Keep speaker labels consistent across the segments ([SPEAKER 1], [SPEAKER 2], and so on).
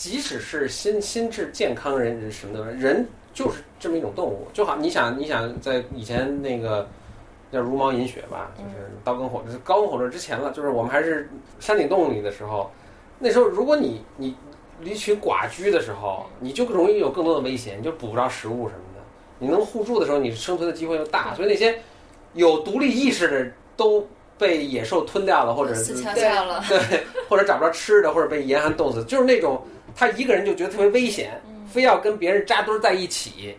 [SPEAKER 1] 即使是心心智健康人人什么的，人就是这么一种动物，就好你想你想在以前那个叫茹毛饮血吧，就是刀耕火就是高温火热之前了，就是我们还是山顶洞里的时候，那时候如果你你离群寡居的时候，你就容易有更多的危险，你就捕不着食物什么的。你能互助的时候，你生存的机会又大，所以那些有独立意识的都被野兽吞掉了，或者
[SPEAKER 2] 死
[SPEAKER 1] 是
[SPEAKER 2] 翘翘 了，
[SPEAKER 1] 对，或者找不着吃的，或者被严寒冻死，就是那种他一个人就觉得特别危险，
[SPEAKER 3] 嗯
[SPEAKER 4] 嗯
[SPEAKER 1] 非要跟别人扎堆儿在一起，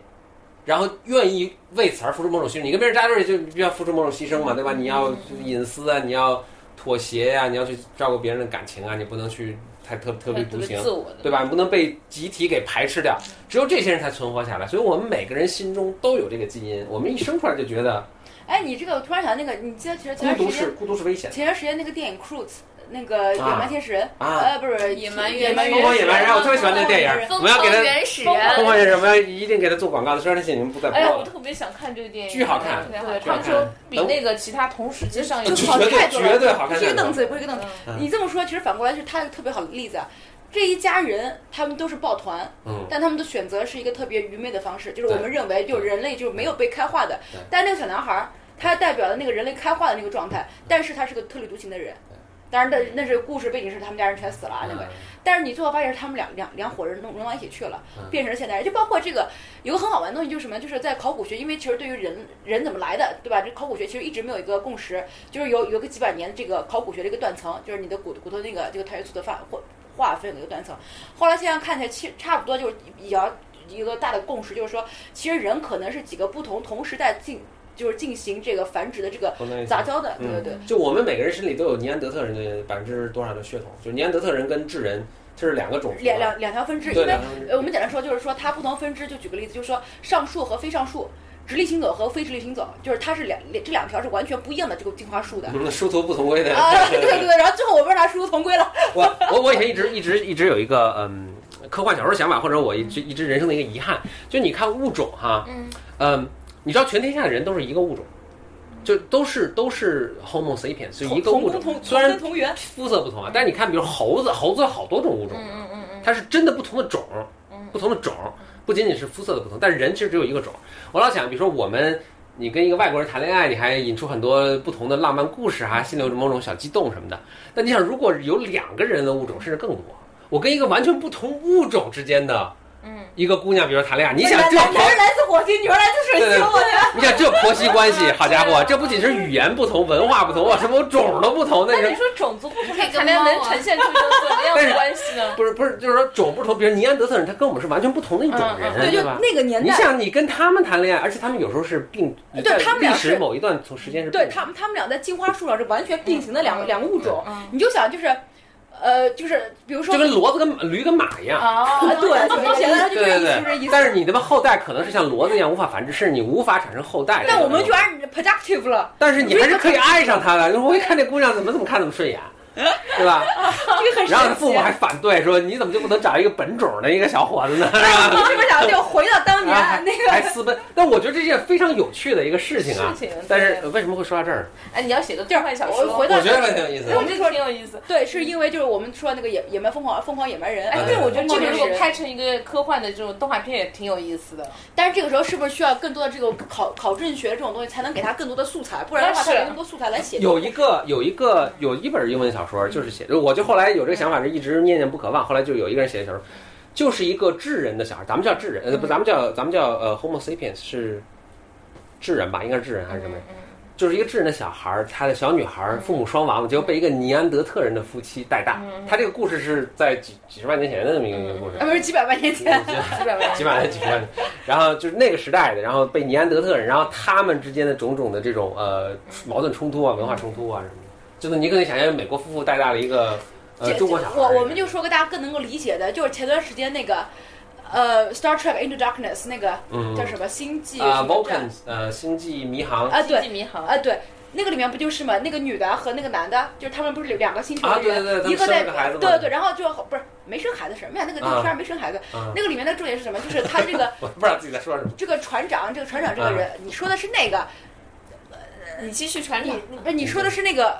[SPEAKER 1] 然后愿意为此而付出某种牺牲。你跟别人扎堆儿就就要付出某种牺牲嘛，
[SPEAKER 3] 嗯
[SPEAKER 1] 对吧？你要隐私啊，你要妥协呀、你要去照顾别人的感情啊，你不能去太特特立独行。
[SPEAKER 3] 自我的，
[SPEAKER 1] 对吧？你不能被集体给排斥掉，只有这些人才存活下来。所以，我们每个人心中都有这个基因。我们一生出来就觉得
[SPEAKER 3] 哎，你这个我突然想那个，你记得前
[SPEAKER 1] 孤
[SPEAKER 3] 前段
[SPEAKER 1] 独
[SPEAKER 3] 时间
[SPEAKER 1] 是孤独是危险
[SPEAKER 3] 前段时间那个电影《Cruise》，那个《野蛮天使人》
[SPEAKER 1] 啊！
[SPEAKER 3] 呃，不呃是
[SPEAKER 2] 野蛮
[SPEAKER 3] 野
[SPEAKER 2] 原
[SPEAKER 3] 蛮
[SPEAKER 2] 始
[SPEAKER 1] 疯狂野蛮人，我特别喜欢那个电影，我
[SPEAKER 2] 疯
[SPEAKER 1] 们要
[SPEAKER 2] 狂
[SPEAKER 1] 给他
[SPEAKER 2] 原始
[SPEAKER 3] 哎
[SPEAKER 1] 疯
[SPEAKER 2] 人，
[SPEAKER 1] 狂野蛮人，我们要一定给他做广告的。虽然他现在已经不再播
[SPEAKER 4] 哎呀，我
[SPEAKER 1] 了，
[SPEAKER 4] 特别想看这个电影，
[SPEAKER 1] 巨好看巨
[SPEAKER 4] 对，他
[SPEAKER 1] 好
[SPEAKER 4] 们
[SPEAKER 1] 看
[SPEAKER 4] 说，比那个其他同时期上映
[SPEAKER 3] 就
[SPEAKER 4] 的
[SPEAKER 3] 好
[SPEAKER 1] 绝对
[SPEAKER 3] 太多了
[SPEAKER 1] 绝对好看
[SPEAKER 3] 一
[SPEAKER 1] 太
[SPEAKER 3] 个凳
[SPEAKER 1] 多
[SPEAKER 3] 子也不是一个凳子。
[SPEAKER 4] 嗯
[SPEAKER 3] 你这么说，其实反过来是他特别好的例子啊。这一家人，他们都是抱团，
[SPEAKER 1] 嗯，
[SPEAKER 3] 但他们的选择是一个特别愚昧的方式，就是我
[SPEAKER 1] 对
[SPEAKER 3] 们认为就是人类就是没有被开化的
[SPEAKER 1] 对。
[SPEAKER 3] 但是那个小男孩儿，他代表了那个人类开化的那个状态，但是他是个特立独行的人
[SPEAKER 1] 对。
[SPEAKER 3] 当然，那那是故事背景是他们家人全死了啊，那个。但是你最后发现是他们两两两伙人弄弄到一起去了
[SPEAKER 1] 嗯，
[SPEAKER 3] 变成了现代人。就包括这个有个很好玩的东西，就是什么？就是在考古学，因为其实对于人人怎么来的，对吧？这考古学其实一直没有一个共识，就是有有个几百年这个考古学的一个断层，就是你的骨骨头那个这个碳元素的范或划分有一个断层。后来现在看起来，其实差不多就是比较一个大的共识，就是说，其实人可能是几个不同同时代进就是进行这个繁殖的这个
[SPEAKER 1] 我们
[SPEAKER 3] 杂交的，
[SPEAKER 1] 嗯
[SPEAKER 3] 对对对。
[SPEAKER 1] 就我们每个人身里都有尼安德特人的百分之多少的血统，就是尼安德特人跟智人这是两个种族嘛，啊
[SPEAKER 3] 两两两条分支，因
[SPEAKER 1] 对
[SPEAKER 3] 为
[SPEAKER 1] 两条分支
[SPEAKER 3] 呃，我们简单说就是说它不同分支，就举个例子，就是说上树和非上树，直立行走和非直立行走，就是它是两两这两条是完全不一样的这个进化树的。
[SPEAKER 1] 嗯殊途不同归的
[SPEAKER 3] 啊， 对对对，然后最后我们让它殊途同归了。
[SPEAKER 1] 我 我我以前一直一直一直有一个嗯科幻小说想法，或者我一直一直人生的一个遗憾，就你看物种哈，
[SPEAKER 2] 嗯，
[SPEAKER 1] 嗯，你知道全天下的人都是一个物种，就都是都是 Homo sapiens，就一个
[SPEAKER 3] 同
[SPEAKER 1] 物
[SPEAKER 3] 工
[SPEAKER 1] 种
[SPEAKER 3] 同，同
[SPEAKER 1] 虽然
[SPEAKER 3] 根同源，
[SPEAKER 1] 肤色不同啊，但是你看，比如猴子，猴子有好多种物种，
[SPEAKER 2] 嗯嗯嗯
[SPEAKER 1] 它是真的不同的种，
[SPEAKER 4] 嗯
[SPEAKER 1] 不同的种，不仅仅是肤色的不同，但是人其实只有一个种。我老想，比如说我们，你跟一个外国人谈恋爱，你还引出很多不同的浪漫故事哈、啊心里有某种小激动什么的。那你想，如果有两个人的物种，甚至更多，我跟一个完全不同物种之间的
[SPEAKER 2] 嗯
[SPEAKER 1] 一个姑娘，比如说谈恋爱，你 想
[SPEAKER 3] 男
[SPEAKER 1] 这
[SPEAKER 3] 男
[SPEAKER 1] 婆
[SPEAKER 3] 男，人来自火星，女人来自水
[SPEAKER 1] 对对
[SPEAKER 3] 星，我天！
[SPEAKER 1] 你想这婆媳关系，好家伙，这不仅是语言不同、文化不同，哇，什么种都不同，那
[SPEAKER 4] 那
[SPEAKER 1] 人
[SPEAKER 4] 你说种族不同，
[SPEAKER 2] 这个
[SPEAKER 4] 谈恋爱
[SPEAKER 2] 猫啊
[SPEAKER 4] 能呈现出一种怎么样
[SPEAKER 1] 但是
[SPEAKER 4] 的关系呢？
[SPEAKER 1] 不是不是，就是说种不同，比如尼安德特人，他跟我们是完全不同的一种
[SPEAKER 4] 嗯嗯
[SPEAKER 1] 人，
[SPEAKER 3] 对，就
[SPEAKER 1] 吧？
[SPEAKER 3] 那个年
[SPEAKER 1] 你
[SPEAKER 3] 代，
[SPEAKER 1] 想，你跟他们谈恋爱，而且他们有时候是并
[SPEAKER 3] 对
[SPEAKER 1] 在
[SPEAKER 3] 他们
[SPEAKER 1] 历
[SPEAKER 3] 俩
[SPEAKER 1] 史
[SPEAKER 3] 是
[SPEAKER 1] 某一段从时间是
[SPEAKER 3] 对
[SPEAKER 1] 并
[SPEAKER 3] 他们他们俩在进化树上是完全并行的两个两个物种。
[SPEAKER 2] 嗯，
[SPEAKER 3] 你就想就是，呃，就是比如说
[SPEAKER 1] 就跟骡子跟驴跟马一样。
[SPEAKER 3] 啊，对，就是显得就
[SPEAKER 1] 对
[SPEAKER 3] 是
[SPEAKER 1] 对
[SPEAKER 3] 就是
[SPEAKER 1] 对，
[SPEAKER 3] 意思
[SPEAKER 1] 但。是你的后代可能是像骡子一样无法繁殖，甚至你无法产生后代。
[SPEAKER 3] 但我们居然 productive 了，
[SPEAKER 1] 但是你还是可以爱上他的。因为我一看这姑娘怎么怎么看怎么顺眼，对 吧？
[SPEAKER 3] 这个很神奇。
[SPEAKER 1] 然后父母还反对说：“你怎么就不能找一个本种的一个小伙子呢？” 是吧？
[SPEAKER 3] 你是不是想就回到当
[SPEAKER 1] 然后还
[SPEAKER 3] 年那
[SPEAKER 1] 还
[SPEAKER 3] 个？
[SPEAKER 1] 私奔。但我觉得这是件非常有趣的一个事情啊。
[SPEAKER 4] 事情
[SPEAKER 1] 但是呃为什么会说到这儿？
[SPEAKER 4] 哎，你要写个科幻小
[SPEAKER 3] 我
[SPEAKER 4] 说，
[SPEAKER 3] 回到
[SPEAKER 1] 有意
[SPEAKER 4] 我觉得挺有意思。
[SPEAKER 3] 对，是因为就是我们说那个野野蛮疯狂疯狂野蛮人，
[SPEAKER 4] 哎，对，我觉得这个如果
[SPEAKER 3] 是
[SPEAKER 4] 拍成一个科幻的这种动画片也挺有意思的。
[SPEAKER 3] 但是这个时候是不是需要更多的这种考考证学这种东西，才能给他更多的素材？不然的话，
[SPEAKER 4] 那是
[SPEAKER 3] 他没那么多素材来写。
[SPEAKER 1] 有一个有一个有一本英文小说，就是写，我就后来有这个想法，就一直念念不可忘。后来就有一个人写的小说，就是一个智人的小孩，咱们叫智人，呃，不，咱们叫咱们叫呃 Homo sapiens 是智人吧？应该是智人还是什么？就是一个智人的小孩儿，他的小女孩儿，父母双亡，结果被一个尼安德特人的夫妻带大。他这个故事是在几几十万年前的那么一个故事
[SPEAKER 3] 啊，，不是几百万年 前，
[SPEAKER 4] 基 本上
[SPEAKER 1] 几百年几十万年，然后就是那个时代的，然后被尼安德特人，然后他们之间的种种的这种呃矛盾冲突啊、文化冲突啊什么的，就是你可以想象美国夫妇带大了一个呃
[SPEAKER 3] 这
[SPEAKER 1] 中国小孩儿，
[SPEAKER 3] 我我们就说个大家更能够理解的，就是前段时间那个，呃，《Star Trek Into Darkness》那个
[SPEAKER 1] 嗯
[SPEAKER 3] 叫什么星际
[SPEAKER 1] 啊
[SPEAKER 3] 什么战
[SPEAKER 1] Vulcans 呃星际迷航
[SPEAKER 3] 啊，对
[SPEAKER 4] 星，际迷航，
[SPEAKER 3] 啊，对，那个里面不就是嘛？那个女的和那个男的，就是他们不是两个星球
[SPEAKER 1] 啊
[SPEAKER 3] 的人，
[SPEAKER 1] 对对对他们
[SPEAKER 3] 一个
[SPEAKER 1] 生
[SPEAKER 3] 在
[SPEAKER 1] 了个孩子嘛
[SPEAKER 3] 对对，然后就不是没生孩子什么呀？那个那
[SPEAKER 1] 啊
[SPEAKER 3] 个片儿没生孩子，
[SPEAKER 1] 啊
[SPEAKER 3] 那个里面的重点是什么？就是他这个
[SPEAKER 1] 我不知道自己在说什么
[SPEAKER 3] 这个船长，这个船长这个人，你说的是那个，
[SPEAKER 4] 你继续传
[SPEAKER 3] 嗯你不是你说的是那个，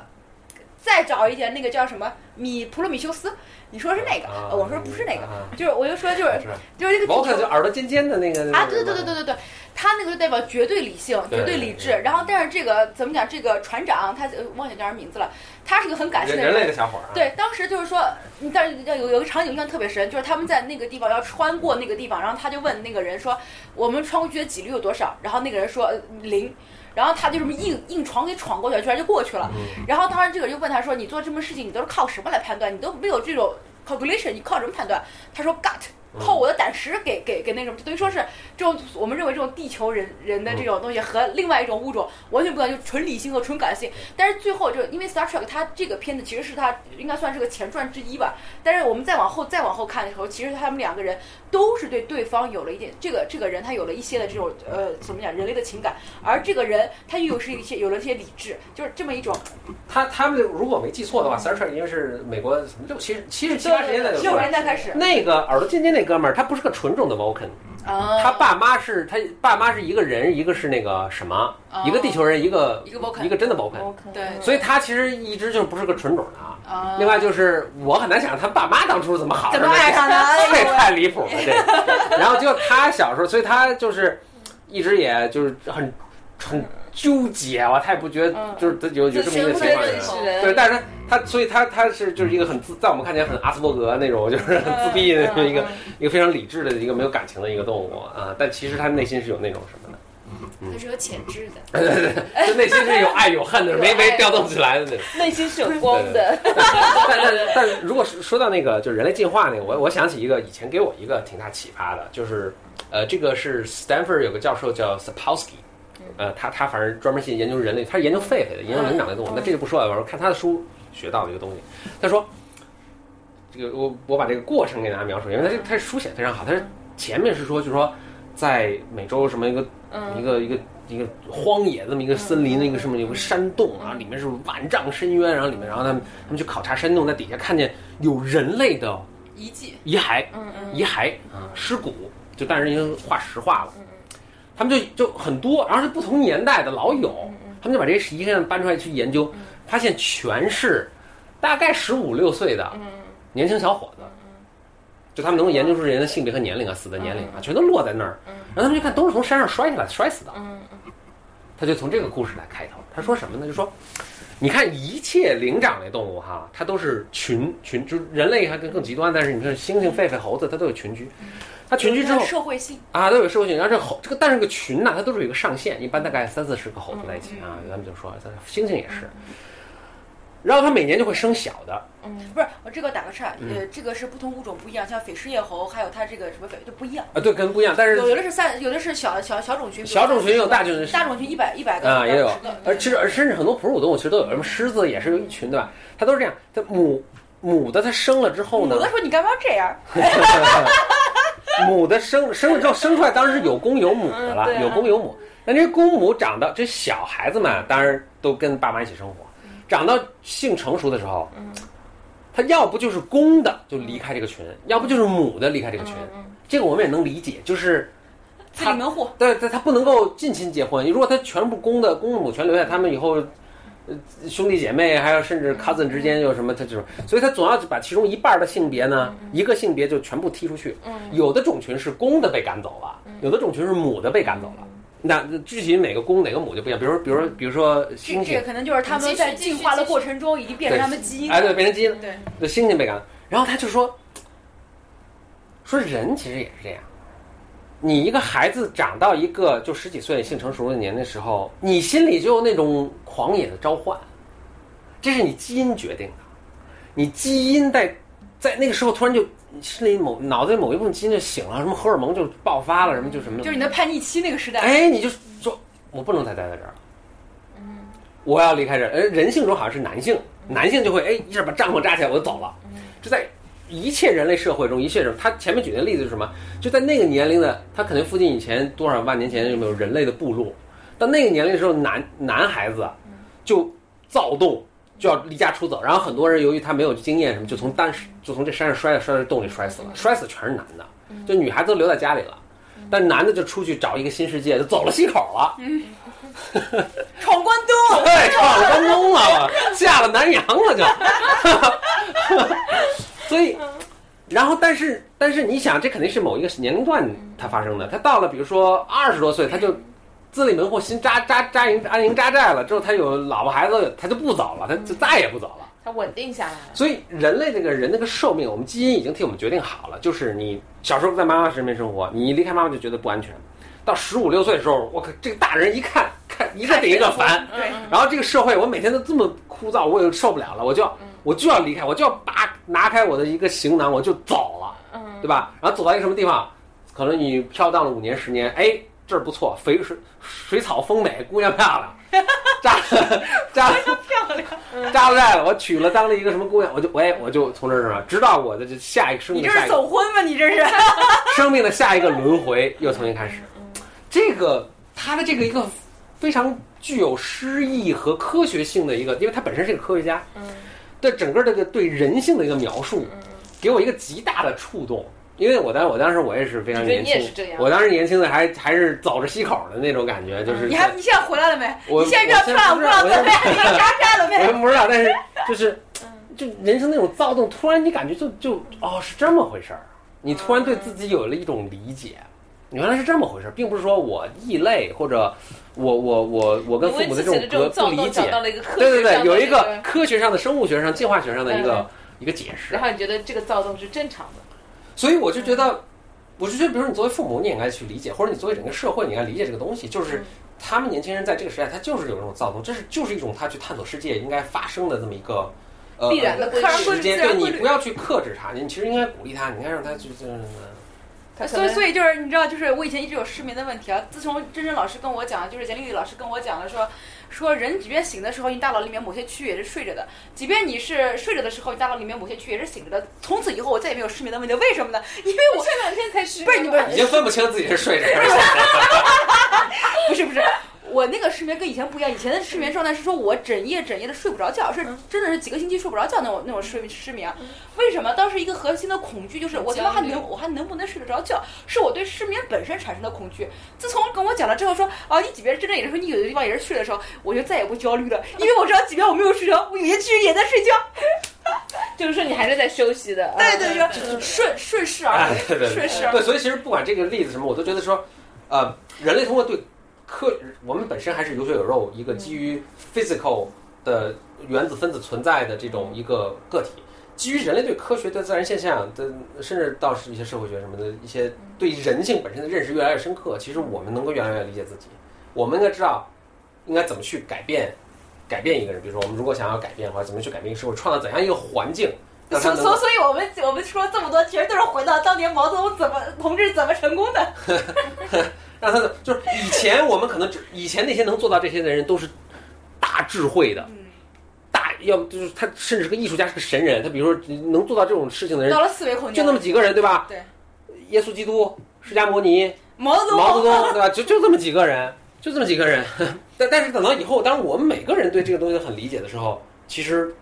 [SPEAKER 3] 再早一点那个叫什么？米普罗米修斯，你说是那个，
[SPEAKER 1] 啊
[SPEAKER 3] 呃我说不是那个，
[SPEAKER 1] 啊
[SPEAKER 3] 就是我就说就是
[SPEAKER 1] 是吧
[SPEAKER 3] 就是这个
[SPEAKER 1] 毛
[SPEAKER 3] 地
[SPEAKER 1] 特
[SPEAKER 3] 球
[SPEAKER 1] 就耳朵尖尖的那个
[SPEAKER 3] 啊，对对对对对对对，他那个就代表绝对理性、
[SPEAKER 1] 对
[SPEAKER 3] 绝对理智
[SPEAKER 1] 对。
[SPEAKER 3] 然后，但是这个怎么讲？这个船长他呃忘记叫什么名字了，他是个很感性
[SPEAKER 1] 人
[SPEAKER 3] 的
[SPEAKER 1] 人
[SPEAKER 3] 人。
[SPEAKER 1] 类的小伙儿啊，
[SPEAKER 3] 对，当时就是说，你但是有有一个场景印象特别深，就是他们在那个地方要穿过那个地方，然后他就问那个人说，我们穿过去的几率有多少？然后那个人说呃零，然后他就这么硬硬闯给闯过去了，居然就过去了。
[SPEAKER 1] 嗯，
[SPEAKER 3] 然后当时这个人就问他说：“你做这么事情，你都是靠什么来判断？你都没有这种 calculation，你靠什么判断？”他说：“gut，
[SPEAKER 1] 嗯
[SPEAKER 3] 靠我的胆识给给给那什么，就等于说是这种我们认为这种地球人人的这种东
[SPEAKER 1] 嗯
[SPEAKER 3] 西和另外一种物种完全不一样，就纯理性和纯感性。但是最后就因为 Star Trek 它这个片子其实是它应该算是个前传之一吧。但是我们再往后再往后看的时候，其实他们两个人都是对对方有了一点这个这个人他有了一些的这种呃怎么讲人类的情感，而这个人他又有是一些有了一些理智，就是这么一种。”
[SPEAKER 1] 他他们如果我没记错的话，Star Trek 因为是美国什么六七十七十七八十年代就
[SPEAKER 3] 六
[SPEAKER 1] 出
[SPEAKER 3] 十
[SPEAKER 1] 来
[SPEAKER 3] 年代开始，
[SPEAKER 1] 那个耳朵尖尖那哥们儿，他不是个纯种的 Vulcan，他
[SPEAKER 3] 他
[SPEAKER 1] 爸妈是他爸妈是一个人，一个是那个什么，一个地球人，一个
[SPEAKER 3] 哦一个嗯 Vulcan
[SPEAKER 1] 一个真的 Vulcan，
[SPEAKER 3] 对
[SPEAKER 1] 所以他其实一直就不是个纯种的啊。
[SPEAKER 3] 啊，
[SPEAKER 1] 另外就是我很难想象他爸妈当初怎么好
[SPEAKER 3] 怎么
[SPEAKER 1] 上的
[SPEAKER 3] 爱上的？
[SPEAKER 1] 这
[SPEAKER 3] 哎呦
[SPEAKER 1] 太离谱了，这 个。然后就他小时候，所以他就是一直也就是很很纠结，我他也不觉得
[SPEAKER 4] 嗯
[SPEAKER 1] 就是他有有这么一个
[SPEAKER 3] 自
[SPEAKER 1] 情
[SPEAKER 3] 身
[SPEAKER 1] 况
[SPEAKER 3] 不
[SPEAKER 1] 是
[SPEAKER 3] 认
[SPEAKER 1] 吧。
[SPEAKER 3] 识
[SPEAKER 1] 对，但是他所以他他是就是一个很自，在我们看起来很阿斯伯格那种，就是很自闭
[SPEAKER 4] 嗯
[SPEAKER 1] 的这么一个一个非常理智的一个没有感情的一个动物啊，但其实他内心是有那种什么的，
[SPEAKER 2] 它是有潜质的。
[SPEAKER 1] 就内心是有爱有恨 的，没没调动起来 的那种。
[SPEAKER 4] 嗯内心是有光的，
[SPEAKER 1] 但但但如果是说到那个就是人类进化那个，我我想起一个以前给我一个挺大启发的，就是呃，这个是 Stanford 有个教授叫 Sapolsky。呃，他他反正专门研究人类，他是研究狒狒的，研究灵长类动物。那这就不说了，我看他的书学到了一个东西。他说，这个我我把这个过程给大家描述，因为他这他书写得非常好。他是前面是说，就是说在美洲什么一个一
[SPEAKER 4] 嗯，
[SPEAKER 1] 个一个一个荒野这么一个森林的一个什么有个山洞啊，里面是万丈深渊，然后里面然后他们他们去考察山洞，在底下看见有人类的
[SPEAKER 3] 遗迹，
[SPEAKER 1] 遗骸
[SPEAKER 4] 嗯嗯，
[SPEAKER 1] 遗骸啊尸骨，就但是已经化石化了，
[SPEAKER 3] 嗯
[SPEAKER 1] 他们就就很多，然后是不同年代的老有，
[SPEAKER 3] 嗯
[SPEAKER 1] 他们就把这些遗骸搬出来去研究，发现全是大概十五六岁
[SPEAKER 3] 嗯
[SPEAKER 1] 的年轻小伙子。就他们能够研究出人的性别和年龄啊，死的年龄
[SPEAKER 3] 嗯
[SPEAKER 1] 啊，全都落在那儿，然后他们就看都是从山上摔下来摔死的，
[SPEAKER 3] 嗯
[SPEAKER 1] 他就从这个故事来开头。他说什么呢？就说，你看一切灵长类动物哈，它都是群群，就是人类还更更极端，但是你看猩猩、狒狒、猴子，它都有群居。
[SPEAKER 3] 嗯
[SPEAKER 1] 它群居之后
[SPEAKER 3] 社会性
[SPEAKER 1] 啊，都有社会性。然后这猴这个，但是这个群呐、它都是有一个上限，一般大概三四十个猴子在一起啊。
[SPEAKER 3] 嗯
[SPEAKER 1] 咱们就说，猩猩也是。然后它每年就会生小的，
[SPEAKER 3] 不是我这个打个岔，
[SPEAKER 1] 嗯
[SPEAKER 3] 呃，这个是不同物种不一样，像斐氏叶猴还有它这个什么斐就不一样，
[SPEAKER 1] 啊，对，跟不一样，但是
[SPEAKER 3] 有有的是三，有的是小小小种群，
[SPEAKER 1] 小种群有大
[SPEAKER 3] 种
[SPEAKER 1] 种群，
[SPEAKER 3] 大种群一百一百个
[SPEAKER 1] 啊也有
[SPEAKER 3] 150个
[SPEAKER 1] 而其实而甚至很多哺乳动物其实都有，什么狮子也是有一群对吧？它都是这样，它母母的它生了之后
[SPEAKER 3] 母
[SPEAKER 1] 呢，
[SPEAKER 3] 的说你干嘛这样？
[SPEAKER 1] 母的生生了之后生出来当然是有公有母的了，
[SPEAKER 4] 嗯对啊
[SPEAKER 1] 有公有母。那这公母长到这小孩子们当然都跟爸妈一起生活，
[SPEAKER 4] 嗯
[SPEAKER 1] 长到性成熟的时候，他要不就是公的就离开这个群，要不就是母的离开这个群。
[SPEAKER 4] 嗯
[SPEAKER 1] 这个我们也能理解，就是
[SPEAKER 3] 自立门户，
[SPEAKER 1] 对，他他不能够近亲结婚。如果他全部公的公母全留下，他们以后，呃，兄弟姐妹还有甚至 cousin 之间有什么，他就是，所以他总要把其中一半的性别呢，一个性别就全部踢出去。有的种群是公的被赶走了，有的种群是母的被赶走了。那具体哪个公哪个母就不一样，比如说，比如说，比如说猩
[SPEAKER 3] 这这
[SPEAKER 1] 猩
[SPEAKER 3] 个，可能就是他们在进化的过程中已经变成他们基因
[SPEAKER 1] 哎，对，变成基因了。就
[SPEAKER 3] 对，
[SPEAKER 1] 猩猩被赶，然后他就说，说人其实也是这样，你一个孩子长到一个就十几岁性成熟的年龄的时候，你心里就有那种狂野的召唤，这是你基因决定的，你基因在在那个时候突然就心里某脑袋某一部分基因就醒了，什么荷尔蒙就爆发了，什么就什么，
[SPEAKER 3] 就是你的叛逆期那个时代，
[SPEAKER 1] 哎，你就说我不能再待在这儿了，我要离开这儿。呃，人性中好像是男性，男性就会哎一下把帐篷扎起来，我就走了。就在一切人类社会中，一切人，他前面举的例子是什么？就在那个年龄的，他可能附近以前多少万年前有没有人类的部落？到那个年龄的时候，男男孩子啊就躁动。就要离家出走，然后很多人由于他没有经验什么，就从单就从这山上摔下摔到这洞里摔死了，摔死全是男的，就女孩子都留在家里了。但男的就出去找一个新世界，就走了西口了，
[SPEAKER 4] 闯关东，
[SPEAKER 1] 对，闯关东了，下了南洋了就。 所以，然后但是但是你想，这肯定是某一个年龄段它发生的。他到了比如说二十多岁，他就自立门户，新扎扎扎营安营扎寨了，之后他有老婆孩子，他就不走了，他就再也不走了。
[SPEAKER 4] 它稳定下来了。
[SPEAKER 1] 所以人类这个人那个寿命，我们基因已经替我们决定好了，就是你小时候在妈妈身边生活，你一离开妈妈就觉得不安全。到十五六岁的时候，我靠，这个大人一看看一个比一个烦，
[SPEAKER 4] 对，嗯
[SPEAKER 1] 然后这个社会我每天都这么枯燥，我也受不了了，我就
[SPEAKER 4] 嗯
[SPEAKER 1] 要我就要离开，我就要拔拿开我的一个行囊，我就走了，
[SPEAKER 4] 嗯，
[SPEAKER 1] 对吧？然后走到一个什么地方，可能你飘荡了五年十年，哎，这儿不错，肥水水草丰美，姑娘漂 亮，扎扎
[SPEAKER 4] 漂亮。
[SPEAKER 1] 扎了寨了，我娶了当了一个什么姑娘，我就我也我就从这儿啊，直到我的这下一个生
[SPEAKER 4] 你
[SPEAKER 1] 命
[SPEAKER 4] 这
[SPEAKER 1] 的下
[SPEAKER 4] 是
[SPEAKER 1] 一个
[SPEAKER 4] 走婚吗？你这是？
[SPEAKER 1] 生命的下一个轮回又重新开始。这个他的这个一个非常具有诗意和科学性的一个，因为他本身是一个科学家，
[SPEAKER 4] 嗯
[SPEAKER 1] 对整个这个对人性的一个描述，
[SPEAKER 4] 嗯
[SPEAKER 1] 给我一个极大的触动。因为我当我当时我也是非常
[SPEAKER 4] 你觉
[SPEAKER 1] 年
[SPEAKER 4] 得你
[SPEAKER 1] 轻
[SPEAKER 4] 也是这样，
[SPEAKER 1] 我当时年轻的还还是走着西口的那种感觉，就是
[SPEAKER 4] 你还你现在回来了没？
[SPEAKER 1] 我
[SPEAKER 4] 你现在绕圈
[SPEAKER 1] 我
[SPEAKER 4] 了，
[SPEAKER 1] 现在不
[SPEAKER 4] 不知道怎
[SPEAKER 1] 是
[SPEAKER 4] 么样，你扎扎了
[SPEAKER 1] 我也
[SPEAKER 4] 没？
[SPEAKER 1] 不知道，但 是就是
[SPEAKER 4] 嗯
[SPEAKER 1] 就人生那种躁动，突然你感觉就就哦是这么回事儿，你突然对自
[SPEAKER 4] 嗯
[SPEAKER 1] 己有了一种理解，原来是这么回事儿，并不是说我异类或者我我我我跟父母的
[SPEAKER 4] 你为自己
[SPEAKER 1] 这种隔
[SPEAKER 4] 的种躁
[SPEAKER 1] 不理
[SPEAKER 4] 动
[SPEAKER 1] 解
[SPEAKER 4] 找，到了一个科
[SPEAKER 1] 对对
[SPEAKER 4] 学上
[SPEAKER 1] 对，
[SPEAKER 4] 的
[SPEAKER 1] 有一
[SPEAKER 4] 这
[SPEAKER 1] 个，科学上的、生物学上、进化学上的一个
[SPEAKER 4] 嗯
[SPEAKER 1] 一个解释
[SPEAKER 4] 然，后你觉得这个躁动是正常的，
[SPEAKER 1] 所以我就觉
[SPEAKER 3] 嗯
[SPEAKER 1] 得，我就觉得，比如说你作为父母，你也应该去理解，或者你作为整个社会，你应该理解这个东西，就是
[SPEAKER 4] 嗯
[SPEAKER 1] 他们年轻人在这个时代，他就是有这种躁动，这是就是一种他去探索世界应该发生的这么一个。呃，
[SPEAKER 3] 必然的规律
[SPEAKER 1] 时间，对你不要去克制他，你其实应该鼓励他，你应该让他去就是
[SPEAKER 4] 它可
[SPEAKER 3] 所以，
[SPEAKER 4] 能
[SPEAKER 3] 所以就是你知道，就是我以前一直有失眠的问题啊。自从真真老师跟我讲，就是简丽丽老师跟我讲了说，说人即便醒的时候，你大脑里面某些区域也是睡着的；即便你是睡着的时候，你大脑里面某些区域也是醒着的。从此以后，我再也没有失眠的问题了。为什么呢？因为我
[SPEAKER 4] 这两天才啊失
[SPEAKER 3] 不是你
[SPEAKER 4] 眠
[SPEAKER 3] 不
[SPEAKER 4] 吧
[SPEAKER 1] 已 经分不清自己是睡着还是醒着。
[SPEAKER 3] 不是不是，我那个失眠跟以前不一样，以前的失眠状态是说我整夜整夜的睡不着觉，是
[SPEAKER 4] 嗯
[SPEAKER 3] 真的是几个星期睡不着觉那种那种失失眠。啊为什么？当时一个核心的恐惧就是我他妈还
[SPEAKER 4] 焦虑
[SPEAKER 3] 能我还能不能睡得着觉，是我对失眠本身产生的恐惧。自从跟我讲了之后说啊，你即便真的也是说你有的地方也是睡的时候，我就再也不焦虑了，因为我知道即便我没有睡着，我有些区域也在睡觉。
[SPEAKER 4] 就是说你还是在休息的。
[SPEAKER 3] 对对
[SPEAKER 4] 啊
[SPEAKER 3] 对，顺顺势而
[SPEAKER 1] 哎
[SPEAKER 3] 为，，
[SPEAKER 1] 对对
[SPEAKER 3] 顺势
[SPEAKER 1] 对，
[SPEAKER 3] 而
[SPEAKER 1] 对，
[SPEAKER 3] 为。
[SPEAKER 1] 所以其实不管这个例子什么，我都觉得说，呃，人类通过对科，我们本身还是有血有肉，一个基于 physical 的原子分子存在的这种一个个体。基于人类对科学、对自然现象的，甚至到是一些社会学什么的一些对人性本身的认识越来越深刻，其实我们能够越来越理解自己，我们应该知道应该怎么去改变，改变一个人。比如说，我们如果想要改变的话，怎么去改变一个社会，创造怎样一个环境，让他
[SPEAKER 3] 所
[SPEAKER 1] 能
[SPEAKER 3] 所
[SPEAKER 1] 够
[SPEAKER 3] 所以，我们我们说这么多，其实都是回到当年毛泽东怎么同志怎么成功的。
[SPEAKER 1] 让他的就是以前我们可能只以前那些能做到这些的人都是大智慧的，
[SPEAKER 3] 嗯
[SPEAKER 1] 大要么就是他甚至是个艺术家是个神人，他比如说能做到这种事情的人
[SPEAKER 3] 到了四维空间，
[SPEAKER 1] 就那么几个人对吧？
[SPEAKER 3] 对，
[SPEAKER 1] 耶稣基督、释迦摩尼、
[SPEAKER 3] 毛泽东，
[SPEAKER 1] 毛泽东对吧？就就这么几个人，就这么几个人。 但但是等到以后，当我们每个人对这个东西很理解的时候，其实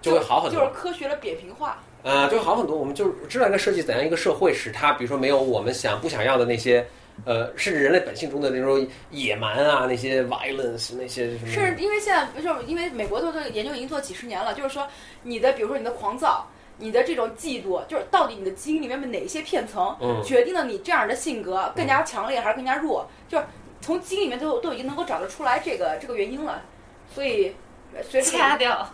[SPEAKER 1] 就会好很
[SPEAKER 3] 就
[SPEAKER 1] 多。
[SPEAKER 3] 是科学的扁平化，
[SPEAKER 1] 啊，就会好很多。我们就是知道应该设计怎样一个社会，使它比如说没有我们想不想要的那些，呃，甚至人类本性中的那种野蛮啊，那些 violence，那些什么
[SPEAKER 3] 是因为现在就是因为美国做这个研究已经做几十年了，就是说你的比如说你的狂躁，你的这种嫉妒，就是到底你的基因里面的哪一些片层，
[SPEAKER 1] 嗯
[SPEAKER 3] 决定了你这样的性格更加强烈还是更加弱，就是从基因里面都都已经能够找得出来这个这个原因了，所以呃随着
[SPEAKER 2] 掐掉。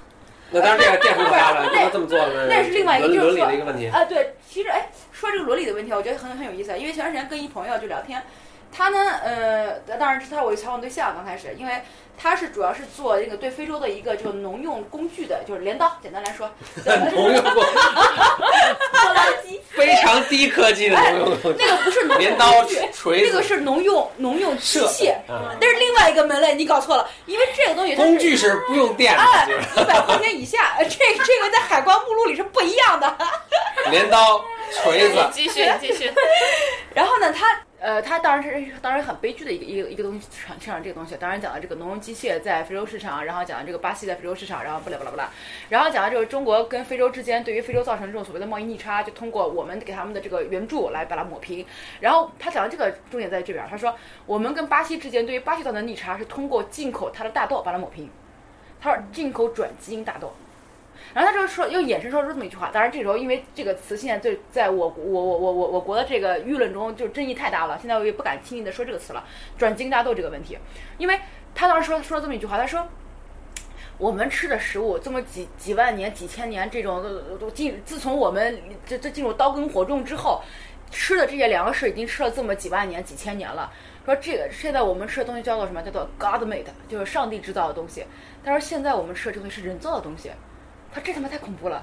[SPEAKER 1] 那当然这个电视家了，
[SPEAKER 3] 不
[SPEAKER 1] 不
[SPEAKER 3] 是
[SPEAKER 1] 能这么做了，
[SPEAKER 3] 那是另外一个
[SPEAKER 1] 伦
[SPEAKER 3] 就
[SPEAKER 1] 伦
[SPEAKER 3] 是
[SPEAKER 1] 理
[SPEAKER 3] 说
[SPEAKER 1] 的一个问题。
[SPEAKER 3] 啊，对，其实哎，说这个伦理的问题，我觉得很很有意思，因为前段时间跟一朋友就聊天，他呢，呃，当然是他我一采访对象，啊刚开始，因为他是主要是做这个对非洲的一个就是农用工具的，就是镰刀，简单 来说，
[SPEAKER 1] 农用工
[SPEAKER 3] 拖拉机，
[SPEAKER 1] 非常低科技的农用工具，
[SPEAKER 3] 那个不是 农
[SPEAKER 1] 镰
[SPEAKER 3] 用
[SPEAKER 1] 刀
[SPEAKER 3] 工 具、，
[SPEAKER 1] 锤
[SPEAKER 3] 那个
[SPEAKER 1] 子、
[SPEAKER 3] 是农用农用机
[SPEAKER 1] 设
[SPEAKER 3] 械
[SPEAKER 1] 备，，啊，
[SPEAKER 3] 那是另外一个门类，你搞错了，因为这个东西它是
[SPEAKER 1] 工具是不用电的，
[SPEAKER 3] 哎
[SPEAKER 1] 就是
[SPEAKER 3] 一百块钱以下，呃这这个在海关目录里是不一样的。
[SPEAKER 1] 镰刀、锤子
[SPEAKER 2] 你。继续，你继续。
[SPEAKER 3] 然后呢，他呃，它当然是当然很悲剧的一个一个一个东西，场场上这个东西，当然讲到这个农用机械在非洲市场，然后讲到这个巴西在非洲市场，然后不啦不啦不啦，然后讲到这个中国跟非洲之间对于非洲造成这种所谓的贸易逆差，就通过我们给他们的这个援助来把它抹平。然后他讲到这个重点在这边，他说我们跟巴西之间对于巴西造成的逆差是通过进口它的大豆把它抹平，他说进口转基因大豆。然后他就说，又衍生说出这么一句话。当然，这时候因为这个词现在对在我我我我我我国的这个舆论中就争议太大了，现在我也不敢轻易的说这个词了，转基因大豆这个问题，因为他当时说说了这么一句话，他说。我们吃的食物这么几几万年、几千年这种呃都都进，自从我们这这进入刀耕火种之后，吃的这些粮食已经吃了这么几万年、几千年了。说这个现在我们吃的东西叫做什么？叫做 God made，就是上帝制造的东西。但是现在我们吃的这东西是人造的东西，他这他妈太恐怖了。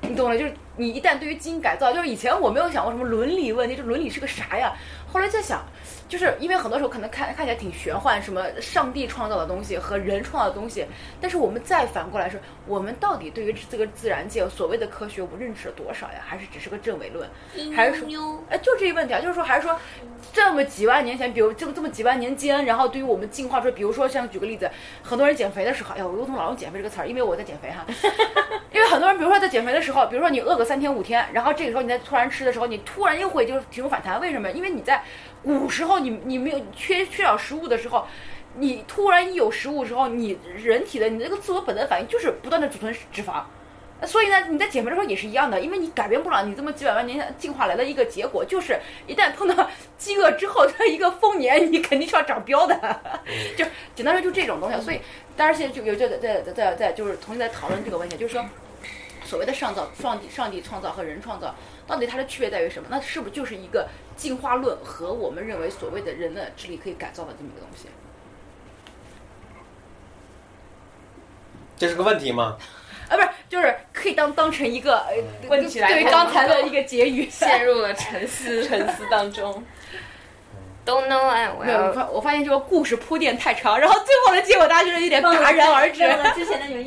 [SPEAKER 3] 你懂了，就是你一旦对于基因改造，就是以前我没有想过什么伦理问题，这伦理是个啥呀？后来在想，就是因为很多时候可能看看起来挺玄幻，什么上帝创造的东西和人创造的东西，但是我们再反过来说，我们到底对于这个自然界所谓的科学，我们认识了多少呀？还是只是个证伪论？还是
[SPEAKER 2] 说
[SPEAKER 3] 哎，就这一问题啊，就是说，还是说，这么几万年前，比如这么这么几万年间，然后对于我们进化出来，比如说像举个例子，很多人减肥的时候，哎呀，我为什么老用减肥这个词儿？因为我在减肥哈，因为很多人，比如说在减肥的时候，比如说你饿个三天五天，然后这个时候你在突然吃的时候，你突然又会就是体重反弹，为什么？因为你在古时候你你没有缺缺少食物的时候。你突然一有食物之后，你人体的你这个自我本能反应就是不断的储存脂肪，所以呢，你在减肥的时候也是一样的，因为你改变不了你这么几百万年进化来的一个结果，就是一旦碰到 饥饿之后的一个丰年，你肯定是要长膘的。
[SPEAKER 4] 嗯
[SPEAKER 3] 就简单说，就这种东西。所以，当然现在就有就在在在在在就是重新在讨论这个问题，就是说，所谓的上造上帝上帝创造和人创造，到底它的区别在于什么？那是不是就是一个进化论和我们认为所谓的人的智力可以改造的这么一个东西？
[SPEAKER 1] 这是个问题吗？
[SPEAKER 3] 啊，不是，就是可以当当成一个呃
[SPEAKER 4] 问起来
[SPEAKER 3] 对
[SPEAKER 4] 看
[SPEAKER 3] 刚才的一个结 语。
[SPEAKER 2] 陷入了 沉思
[SPEAKER 4] 沉思当中，
[SPEAKER 2] ？Don't know，哎，我
[SPEAKER 3] 没有，我
[SPEAKER 2] 要
[SPEAKER 3] 发我发现这个故事铺垫太长，然后最后的结果大家就是有点戛然而止。
[SPEAKER 5] 忘了之前的人一